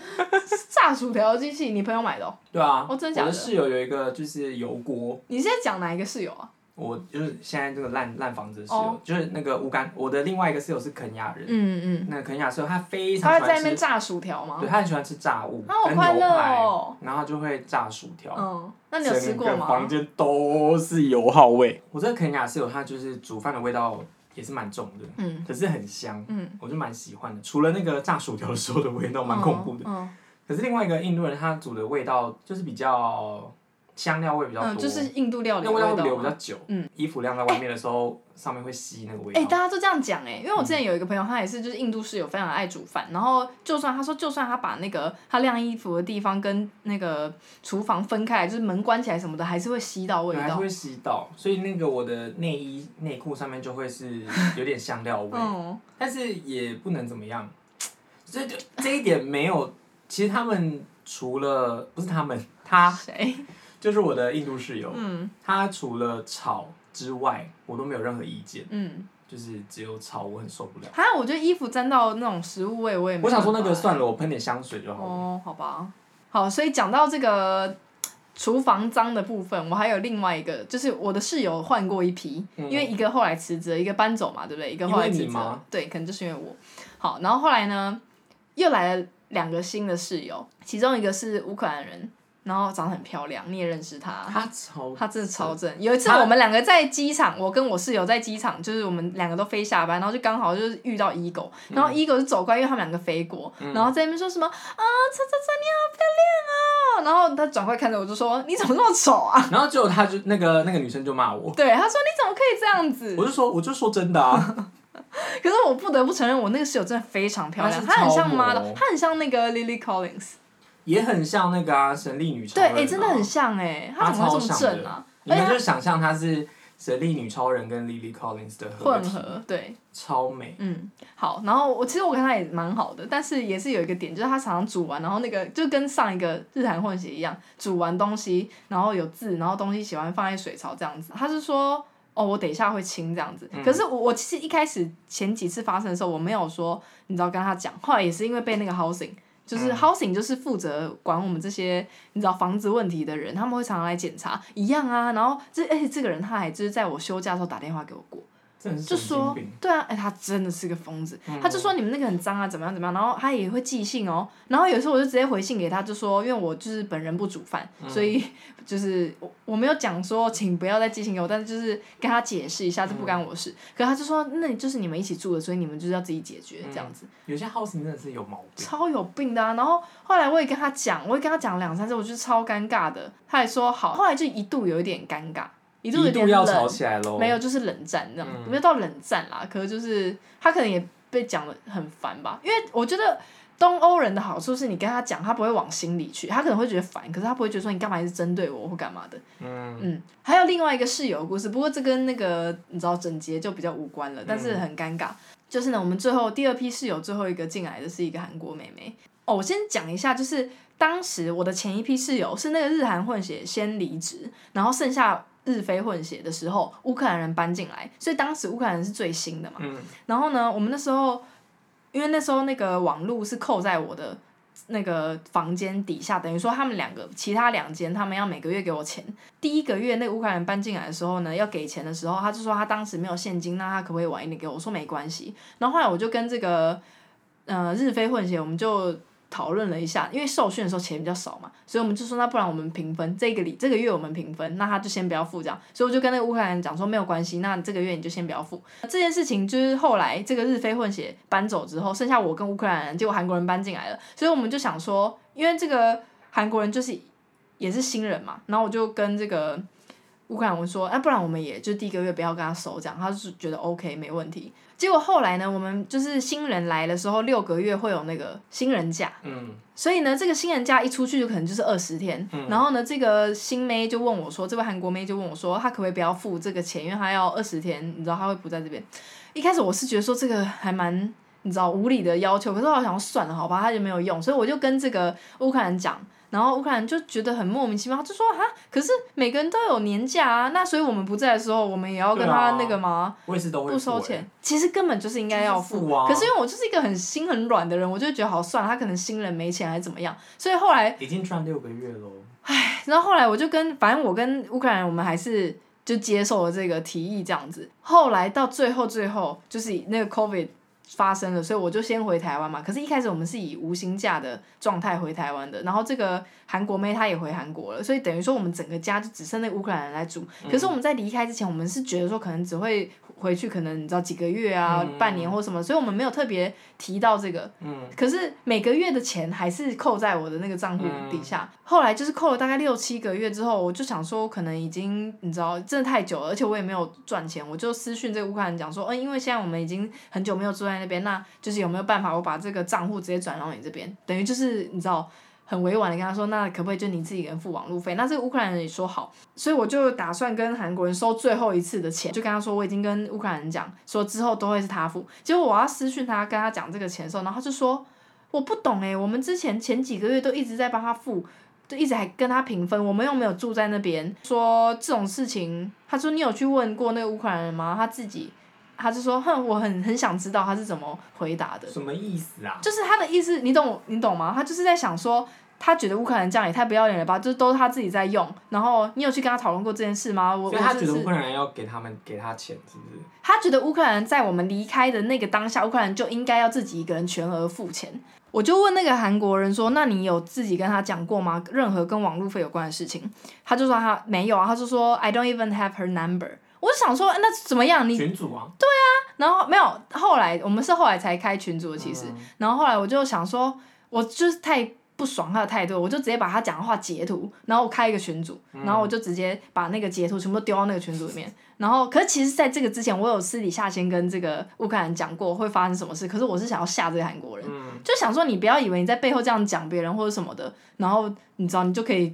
A: 炸薯条机器，你朋友买的、哦？
B: 对啊，
A: 哦真的假的
B: 我的室友有一个就是油锅，
A: 你是在讲哪一个室友啊？
B: 我就是现在这个烂烂房子的室友，
A: 哦
B: 就是那个乌干，我的另外一个室友是肯亚人，
A: 嗯嗯，
B: 那个肯亚室友他非常
A: 他
B: 喜
A: 会在那
B: 欢
A: 边
B: 吃，
A: 炸薯条吗
B: 对？他很喜欢吃炸物
A: 啊好
B: 跟
A: 快
B: 牛
A: 乐
B: 排，
A: 哦
B: 然后他就会炸薯条。
A: 嗯，那你有吃过
B: 整个
A: 吗
B: 房？间都是油耗味。我这个肯亚室友，他就是煮饭的味道也是蛮重的，
A: 嗯
B: 可是很香，
A: 嗯，
B: 我就蛮喜欢的。除了那个炸薯条的时候的味道蛮恐怖的，
A: 嗯，
B: 可是另外一个印度人他煮的味道就是比较香料味比较多，
A: 嗯，就是印度料理
B: 那
A: 的
B: 味道会留
A: 道
B: 比
A: 嘛。
B: 较久，
A: 嗯，
B: 衣服晾在外面的时候，上面会吸那个味道。
A: 哎、大家都这样讲哎、因为我之
B: 嗯
A: 前有一个朋友，他也是就是印度室友，非常爱煮饭。然后就算他说，就算他把那个他晾衣服的地方跟那个厨房分开来，就是门关起来什么的，还是会吸到味
B: 对还是
A: 道。
B: 会吸到，所以那个我的内衣内裤上面就会是 有点香料味，
A: 嗯，
B: 但是也不能怎么样，所以就这一点没有。其实他们除了不是他们，他
A: 谁？
B: 就是我的印度室友，
A: 嗯
B: 他除了吵之外，我都没有任何意见，
A: 嗯，
B: 就是只有吵我很受不了。
A: 还有我觉得衣服沾到那种食物味，我也没
B: 我想说那
A: 办法
B: 个算了，我喷点香水就好了。
A: 哦，好吧，好，所以讲到这个厨房脏的部分，我还有另外一个，就是我的室友换过一批，
B: 嗯
A: 因为一个后来辞职了，一个搬走嘛，对不对？一个
B: 因
A: 后来
B: 为
A: 辞
B: 你
A: 职
B: 吗
A: 了，对，可能就是因为我。好，然后后来呢，又来了两个新的室友，其中一个是乌克兰人，然后长得很漂亮，你也认识她。
B: 他超
A: 她真的超正。有一次我们两个在机场，我跟我室友在机场，就是我们两个都飞下班，然后就刚好就是遇到 Ego，然后
B: 嗯
A: Ego 就走过来，因为他们两个飞过，然后在那边说什么啊，叉叉叉你好漂亮哦，然后他转过来看着我就说你怎么那么丑啊？
B: 然后结果他就那个那个女生就骂我，
A: 对，他说你怎么可以这样子
B: 我？就说我就说真的啊，
A: 可是我不得不承认，我那个室友真的非常漂亮，
B: 她
A: 她
B: 是
A: 很像
B: 超模
A: model，她很像那个 Lily Collins。
B: 也很像那个啊神力女超
A: 对，
B: 人、啊，
A: 哎、真的很像哎、她怎么会这么正啊？
B: 你
A: 而且
B: 们
A: 她
B: 就想象她是神力女超人跟 Lily Collins 的合
A: 混
B: 体，
A: 合，对，
B: 超美。
A: 嗯，好。然后我其实我跟她也蛮好的，但是也是有一个点，就是她常常煮完，然后那个就跟上一个日韩混血一样，煮完东西，然后有字，然后东西喜欢放在水槽这样子。她是说。哦，我等一下会清这样子。可是我我其实一开始前几次发生的时候，我没有说，你知道跟她讲，后来也是因为被那个 housing，就是 housing 就是负责管我们这些你知道房子问题的人，他们会常常来检查，一样啊。然后这而且这个人他还就是在我休假的时候打电话给我过，
B: 真的
A: 就是
B: 神经
A: 说
B: 病，嗯
A: 对啊，哎、他真的是个疯子，他就说你们那个很脏啊，怎么样怎么样，然后他也会寄信哦。然后有时候我就直接回信给他，就说因为我就是本人不煮饭，
B: 嗯
A: 所以就是我我没有讲说请不要再寄信给我，但是就是跟他解释一下，这不干我的事。
B: 嗯
A: 可他就说那你就是你们一起住的，所以你们就是要自己解决这样子。
B: 有些 house 真的是有毛病。
A: 超有病的啊！然后后来我也跟他讲，我也跟他讲两三次，我觉得超尴尬的。他也说好，后来就一度有一点尴尬，一度有
B: 一
A: 点
B: 度要吵
A: 冷，
B: 起来喽！
A: 没有就是冷战那种，
B: 嗯
A: 没有到冷战啦。可是就是他可能也被讲的很烦吧，因为我觉得。东欧人的好处是你跟他讲，他不会往心里去，他可能会觉得烦，可是他不会觉得说你干嘛一直针对我或干嘛的。
B: 嗯，
A: 嗯，还有另外一个室友的故事，不过这跟那个你知道整洁就比较无关了，但是很尴尬。就是呢，我们最后第二批室友最后一个进来的是一个韩国妹妹。哦，我先讲一下，就是当时我的前一批室友是那个日韩混血先离职，然后剩下日非混血的时候，乌克兰人搬进来，所以当时乌克兰人是最新的嘛。
B: 嗯
A: 然后呢，我们那时候因为那时候那个网路是扣在我的那个房间底下，等于说他们两个其他两间他们要每个月给我钱。第一个月那个乌克兰人搬进来的时候呢，要给钱的时候，他就说他当时没有现金，那他可不可以晚一点给我？我说没关系。然后后来我就跟这个呃日非混血，我们就。讨论了一下，因为受训的时候钱比较少嘛，所以我们就说那不然我们平分这个礼这个月我们平分，那他就先不要付这样，所以我就跟那个乌克兰人讲说没有关系，那这个月你就先不要付，这件事情就是后来这个日非混血搬走之后，剩下我跟乌克兰人，结果韩国人搬进来了，所以我们就想说，因为这个韩国人就是也是新人嘛，然后我就跟这个乌克兰文说，那、啊不然我们也就第一个月不要跟他熟，这样他是觉得 OK 没问题。结果后来呢，我们就是新人来的时候，六个月会有那个新人假，
B: 嗯，
A: 所以呢，这个新人假一出去就可能就是二十天，然后呢，这个新妹就问我说，这位韩国妹就问我说，她可不可以不要付这个钱，因为她要二十天，你知道她会不在这边。一开始我是觉得说这个还蛮你知道无理的要求，可是我想说算了，好吧，她就没有用，所以我就跟这个乌克兰讲。然后乌克兰就觉得很莫名其妙，他就说哈，可是每个人都有年假啊，那所以我们不在的时候，我们也要跟
B: 对啊
A: 他那个吗？
B: 我也是都会
A: 不收
B: 付欸
A: 钱，，其实根本就是应该要
B: 就是
A: 付。
B: 付啊
A: 可是因为我就是一个很心很软的人，我就觉得好算了，他可能新人没钱还是怎么样，所以后来，
B: 已经赚六个月喽。
A: 然后后来我就跟，反正我跟乌克兰人，我们还是就接受了这个提议这样子。后来到最后最后，就是那个 COVID 发生了，所以我就先回台湾嘛。可是，一开始我们是以无薪假的状态回台湾的，然后这个韩国妹她也回韩国了，所以等于说我们整个家就只剩那个乌克兰人来住。可是我们在离开之前，我们是觉得说可能只会回去，可能你知道几个月啊、
B: 嗯
A: 半年或什么，所以我们没有特别提到这个。
B: 嗯
A: 可是每个月的钱还是扣在我的那个账户底下。后来就是扣了大概六七个月之后，我就想说，可嗯能已经你知道，真的太久了，而且我也没有赚钱，我就私讯这个乌克兰人讲说，嗯，因为现在我们已经很久没有住在那边，那就是有没有办法我把这个账户直接转到你这边？等于就是你知道。很委婉的跟他说，哦那可不可以就你自己一个人付网路费？那这个乌克兰人也说好，所以我就打算跟韩国人收最后一次的钱，就跟他说我已经跟乌克兰人讲，说之后都会是他付。结果我要私讯他，跟他讲这个钱的时候，然后他就说我不懂哎、我们之前前几个月都一直在帮他付，就一直还跟他平分，我们又没有住在那边，说这种事情，他说你有去问过那个乌克兰人吗？他自己，他就说哼，我很很想知道他是怎么回答的。
B: 什么意思啊？
A: 就是他的意思，你懂我你懂吗？他就是在想说，他觉得乌克兰这样也太不要脸了吧？就是都是他自己在用，然后你有去跟他讨论过这件事吗？我我
B: 所以他
A: 真
B: 觉得
A: 是
B: 乌克兰人要给他们给他钱，是不是？
A: 他觉得乌克兰在我们离开的那个当下，乌克兰就应该要自己一个人全额付钱。我就问那个韩国人说：“那你有自己跟他讲过吗？任何跟网路费有关的事情？”他就说他没有啊，他就说 “I don't even have her number”。我就想说，哎那怎么样？你
B: 群主啊，
A: 然后没有，后来我们是后来才开群组的，其
B: 嗯
A: 实。然后后来我就想说，我就是太不爽他的态度，我就直接把他讲的话截图，然后我开一个群组，
B: 嗯
A: 然后我就直接把那个截图全部丢到那个群组里面。然后，可是其实在这个之前，我有私底下先跟这个乌克兰讲过会发生什么事，可是我是想要吓这个韩国人，
B: 嗯，
A: 就想说你不要以为你在背后这样讲别人或者什么的，然后你知道你就可以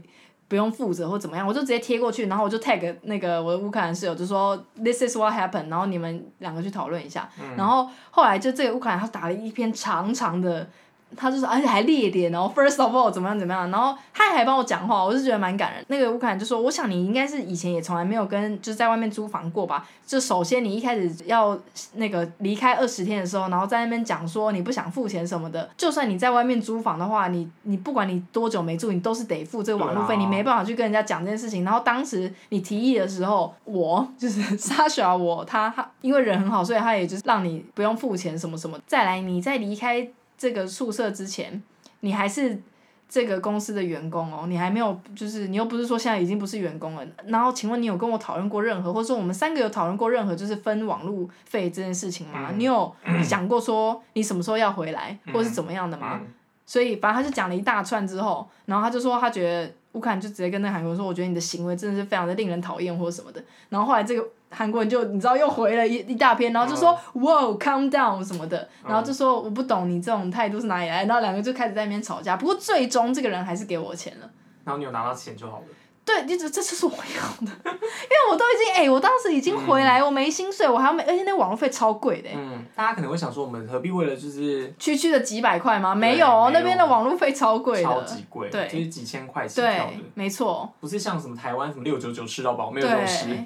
A: 不用负责或怎么样，我就直接贴过去，然后我就 tag 那个我的乌克兰室友，就说 this is what happened，然后你们两个去讨论一下。
B: 嗯
A: 然后后来就这个乌克兰他打了一篇长长的，他就是而且还列点，然后 first of all 怎么样怎么样，然后他还帮我讲话，我是觉得蛮感人。那个乌克兰就说，我想你应该是以前也从来没有跟就是在外面租房过吧？就首先你一开始要那个离开二十天的时候，然后在那边讲说你不想付钱什么的，就算你在外面租房的话，你你不管你多久没住，你都是得付这个网路费，
B: 对啊
A: 你没办法去跟人家讲这件事情。然后当时你提议的时候，我就是 Sasha，我他他因为人很好，所以他也就是让你不用付钱什么什么。再来，你在离开这个宿舍之前，你还是这个公司的员工哦，你还没有，就是你又不是说现在已经不是员工了。然后，请问你有跟我讨论过任何，或者说我们三个有讨论过任何就是分网路费这件事情吗？
B: 嗯
A: 你有想过说你什么时候要回来，
B: 嗯
A: 或是怎么样的吗？
B: 嗯
A: 所以，反正他就讲了一大串之后，然后他就说他觉得乌克兰就直接跟那个韩国人说，我觉得你的行为真的是非常的令人讨厌或者什么的。然后后来这个韩国人就你知道又回了一一大篇，然后就说、
B: 嗯
A: 哇 calm down 什么的，然后就说我不懂你这种态度是哪里来的，然后两个就开始在那边吵架。不过最终这个人还是给我钱了。
B: 然后你有拿到钱就好了。
A: 对，就这这就是我要的， 因为我都已经哎、我当时已经回来，我没薪水，我还要每，而且那网络费超贵的、欸，
B: 嗯，大家可能会想说，我们何必为了就是
A: 区区的几百块吗？
B: 对
A: 没有哦，
B: 没有
A: 那边的网络费超贵
B: 超
A: 的，
B: 级贵，
A: 对
B: 就是几千块起跳
A: 对
B: 的，，
A: 没错，
B: 不是像什么台湾什么六九九吃到饱没有这种事
A: 对。。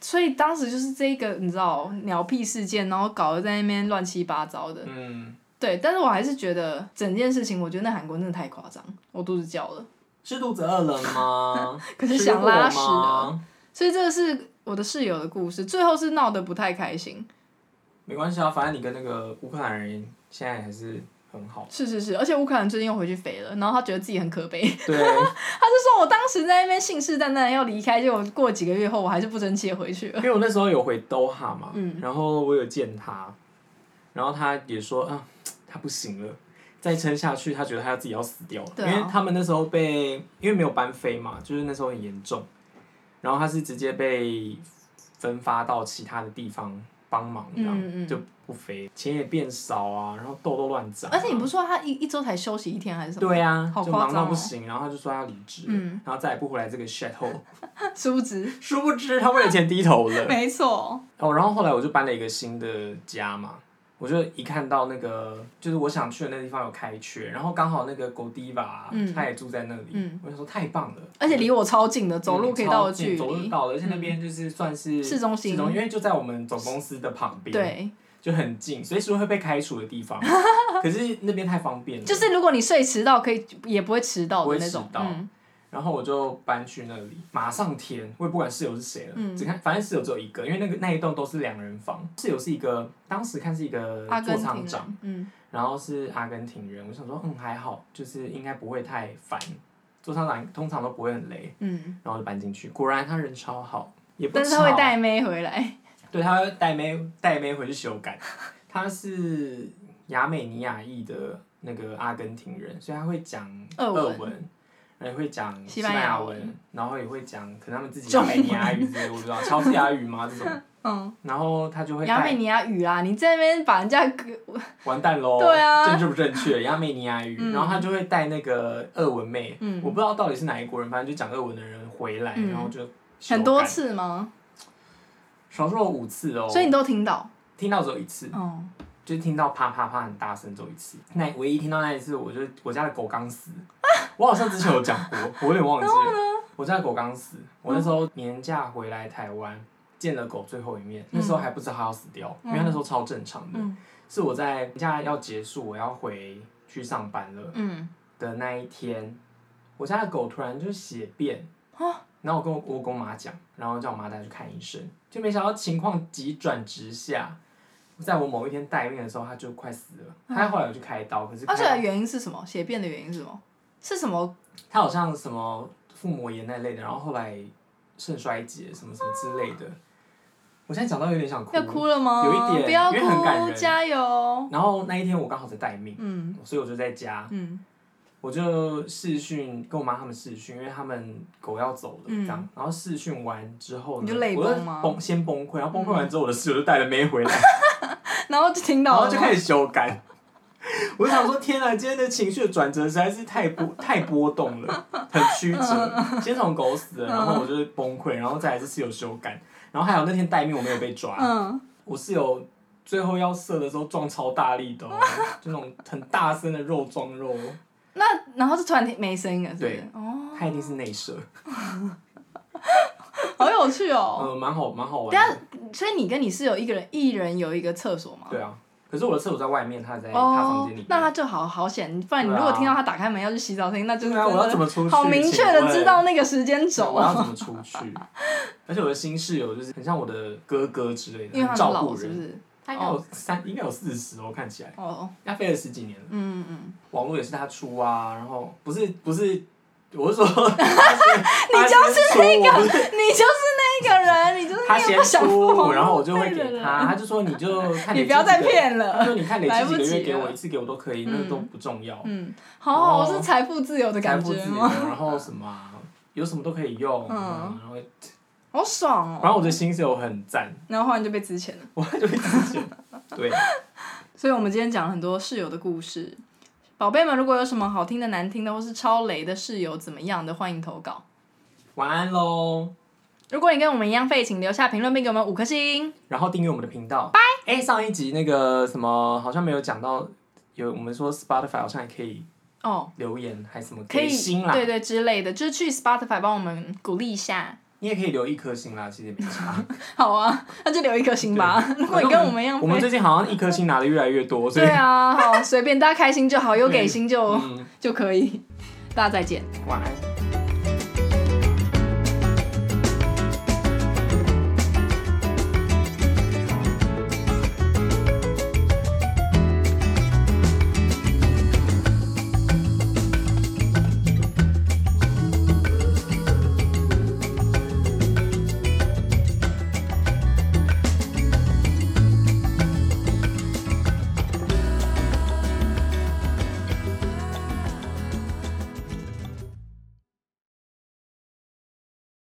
A: 所以当时就是这个，你知道鸟屁事件，然后搞得在那边乱七八糟的。
B: 嗯，
A: 对，但是我还是觉得整件事情，我觉得那韩国真的太夸张，我肚子叫了。
B: 是肚子饿了吗
A: ？可是
B: 吃
A: 想拉
B: 过
A: 屎
B: 吗？
A: 所以这个是我的室友的故事，最后是闹得不太开心。
B: 没关系啊，反正你跟那个乌克兰人现在还是很
A: 。
B: 好
A: 是是是，而且乌克兰最近又回去肥了，然后他觉得自己很可悲，他就
B: 对，
A: 说我当时在那边信誓旦旦要离开，结果过几个月后我还是不争气的回去了。
B: 因为我那时候有回兜哈嘛，
A: 嗯
B: 然后我有见他，然后他也说啊，他不行了，再撑下去，他觉得他自己要死掉了，
A: 对啊
B: 因为他们那时候被因为没有班飞嘛，就是那时候很严重，然后他是直接被分发到其他的地方帮忙，这样、
A: 嗯嗯
B: 就不飞，钱也变少啊，然后痘痘乱长啊、
A: 而且你不是说他一一周才休息一天还是什么？
B: 对啊，
A: 好
B: 就
A: 夸
B: 忙
A: 张哦
B: 到不行，然后他就说他要离职，
A: 嗯
B: 然后再也不回来这个 shit hole，
A: 殊不知，
B: 殊不知他为了钱低头了。
A: 没错，
B: 哦，然后后来我就搬了一个新的家嘛，我就一看到那个就是我想去的那个地方有开缺，然后刚好那个 Godiva，、
A: 嗯
B: 他也住在那里，
A: 嗯
B: 我就说太棒了，
A: 而且离我超近的，走路可以到的
B: 嗯超近
A: 距
B: 走路
A: 离。嗯
B: 到了，而且那边就是算是
A: 市中心
B: 市中因为就在我们总公司的旁边，，
A: 对，
B: 就很近，随时会被开除的地 方，可是那边太方便了，
A: 就是如果你睡迟到，可以也不会迟到的那种。
B: 不会迟到
A: 嗯，
B: 然后我就搬去那里，马上填，我也不管室友是谁了，
A: 嗯
B: 只看反正室友只有一个，因为那个那一栋都是两人房，室友是一个当时看是一个
A: 阿
B: 座
A: 根
B: 舱
A: 廷
B: 长，
A: 人，嗯，
B: 然后是阿根廷人，我想说嗯还好，就是应该不会太烦，座舱长通常都不会很累，
A: 嗯，
B: 然后就搬进去，果然他人超好，也不
A: 但是
B: 吵，
A: 他会带妹回 来，
B: 对，他会带妹带妹回去修改， 他是亚美尼亚裔的那个阿根廷人，所以他会讲
A: 俄文
B: 文然后也会讲
A: 西班
B: 班
A: 牙
B: 牙
A: 文
B: 然后也会讲可能他们自己
A: 中
B: 亚
A: 文
B: 美尼亚语之类，我不知道乔治亚语吗？这种，
A: 嗯，
B: 然后他就会
A: 亚美
B: 带
A: 尼亚语啊，你在那边把人家
B: 完蛋喽，
A: 对啊
B: 政治不正确， 亚美尼亚语，
A: 嗯
B: 然后他就会带那个俄文妹，
A: 嗯
B: 我不知道到底是哪一国人，反正就讲俄文的人回来，
A: 嗯
B: 然后就修
A: 很多
B: 改，
A: 次吗？
B: 少说五次哦，
A: 所以你都听到，
B: 听到只有一次。
A: 哦，
B: 就听到啪啪啪很大声走一次，那唯一听到那一次，我就我家的狗 刚死，我好像之前有讲过，我有点忘记了。我家的狗刚
A: 嗯
B: 死，我那时候年假回来台湾，见了狗最后一面，那时候还不知道它要死掉，因为它那时候超正常的。
A: 嗯
B: 是我在年假要结束，我要回去上班了
A: 嗯
B: 的那一天，我家的狗突然就血便，
A: 啊
B: 然后我跟我我跟我妈讲，然后叫我妈带去看医生，就没想到情况急转直下，在我某一天待命的时候，它就快死了。它后来有去开刀，可是
A: 啊而
B: 开
A: 且原因是什么？血便的原因是什么？是什么？
B: 它好像什么腹膜炎那类的，然后后来肾衰竭什么什么之类的。我现在讲到有点想哭
A: 要。哭了吗？
B: 有一点
A: 不要
B: 因为很感
A: 哭，
B: 人
A: 加油！
B: 然后那一天我刚好在待命，
A: 嗯
B: 所以我就在家，
A: 嗯
B: 我就视讯跟我妈他们视讯，因为他们狗要走了
A: 嗯
B: 这样，然后视讯完之后呢，
A: 你就泪
B: 我就
A: 崩吗嗯
B: 崩先崩溃，然后崩溃完之后我的室友就带了妹 回来，
A: 然后就听
B: 然
A: 到
B: 后
A: 了
B: 就
A: 吗，
B: 开始修改。 我就想说，天啊，今天的情绪的转折实在是太波 太波动了，很曲
A: 嗯
B: 折。先从狗死了，然后我就是崩溃，然后再来是室友修改，然后还有那天待命我没有被抓，
A: 嗯，
B: 我室友最后要射的时候撞超大力的、哦，就那种很大声的肉撞肉，
A: 那然后就突然听没声音了，是不是
B: 对？
A: 哦，
B: 他一定是内射。
A: 好有趣哦。
B: 嗯，蛮好，蛮好玩
A: 等下
B: 的。，
A: 所以你跟你室友一个人，一人有一个厕所吗？
B: 对啊，可是我的厕所在外面，他在他房
A: 哦
B: 间里面。，
A: 那他就好好险，不然你
B: 对啊
A: 如果听到他打开门要去洗澡声音，那就是
B: 对
A: 真
B: 啊，我要怎
A: 的
B: 么出去？
A: 好明确
B: 请
A: 的
B: 问
A: 知道那个时间轴
B: 我要
A: 啊，
B: 怎么出去。而且我的新室友就是很像我的哥哥之类
A: 因
B: 的，
A: 为
B: 很
A: 他
B: 照
A: 很老
B: 顾
A: 是不
B: 人。
A: 是？
B: 他应该有三，应该有四十哦，看起来
A: 哦，
B: 他飞了十几年了。
A: 嗯嗯嗯，
B: 网络也是他出啊，然后不是不是，我是说他 先，你就是那个，不是
A: 你就是那个人，你就是
B: 他
A: 那个
B: 先
A: 不想
B: 出，
A: 付
B: 然后我就
A: 网
B: 会
A: 费的
B: 给
A: 人
B: 他，他就说 你就看
A: 你
B: 你
A: 不要
B: 自己
A: 再
B: 的，哦
A: 骗
B: 他
A: 了。
B: 说你看累
A: 来
B: 积
A: 不
B: 几个月
A: 及
B: 给我
A: 了
B: 一次给我都可以，那都不重要。
A: 嗯，好好，
B: 哦
A: 我是财富自由的
B: 财
A: 感
B: 富
A: 觉
B: 自由，
A: 吗？
B: 然后什么啊、有什么都可以用，
A: 嗯
B: 嗯、然后
A: 好爽
B: 反
A: 哦！
B: 正我的新手很赞，
A: 然后忽然就被之前了，
B: 我就一直觉得 对，
A: 所以我们今天讲了很多室友的故事。宝贝们，如果有什么好听的、难听的，或是超雷的室友怎么样的，欢迎投稿。
B: 晚安喽，
A: 如果你跟我们一样废，请留下评论并给我们五颗星。
B: 然后订阅我们的频道，拜。哎，上一集那个什么好像没有讲到，有我们说 Spotify 好像也可以
A: 哦，
B: 留言，还是什么
A: 可
B: 给
A: 以，
B: 星啦，
A: 对对之类的，就是去 Spotify 帮我们鼓励一下。
B: 你也可以留一颗星啦，其实也没差。
A: 好啊，那就留一颗星吧。 如果你跟我们一样
B: 我们
A: 废，
B: 最近好像一颗星拿的越来越多，所以
A: 对啊啊，好，随便大家开心就好，有给
B: 对
A: 星就
B: 嗯，
A: 就可以。大家再见。
B: 晚安。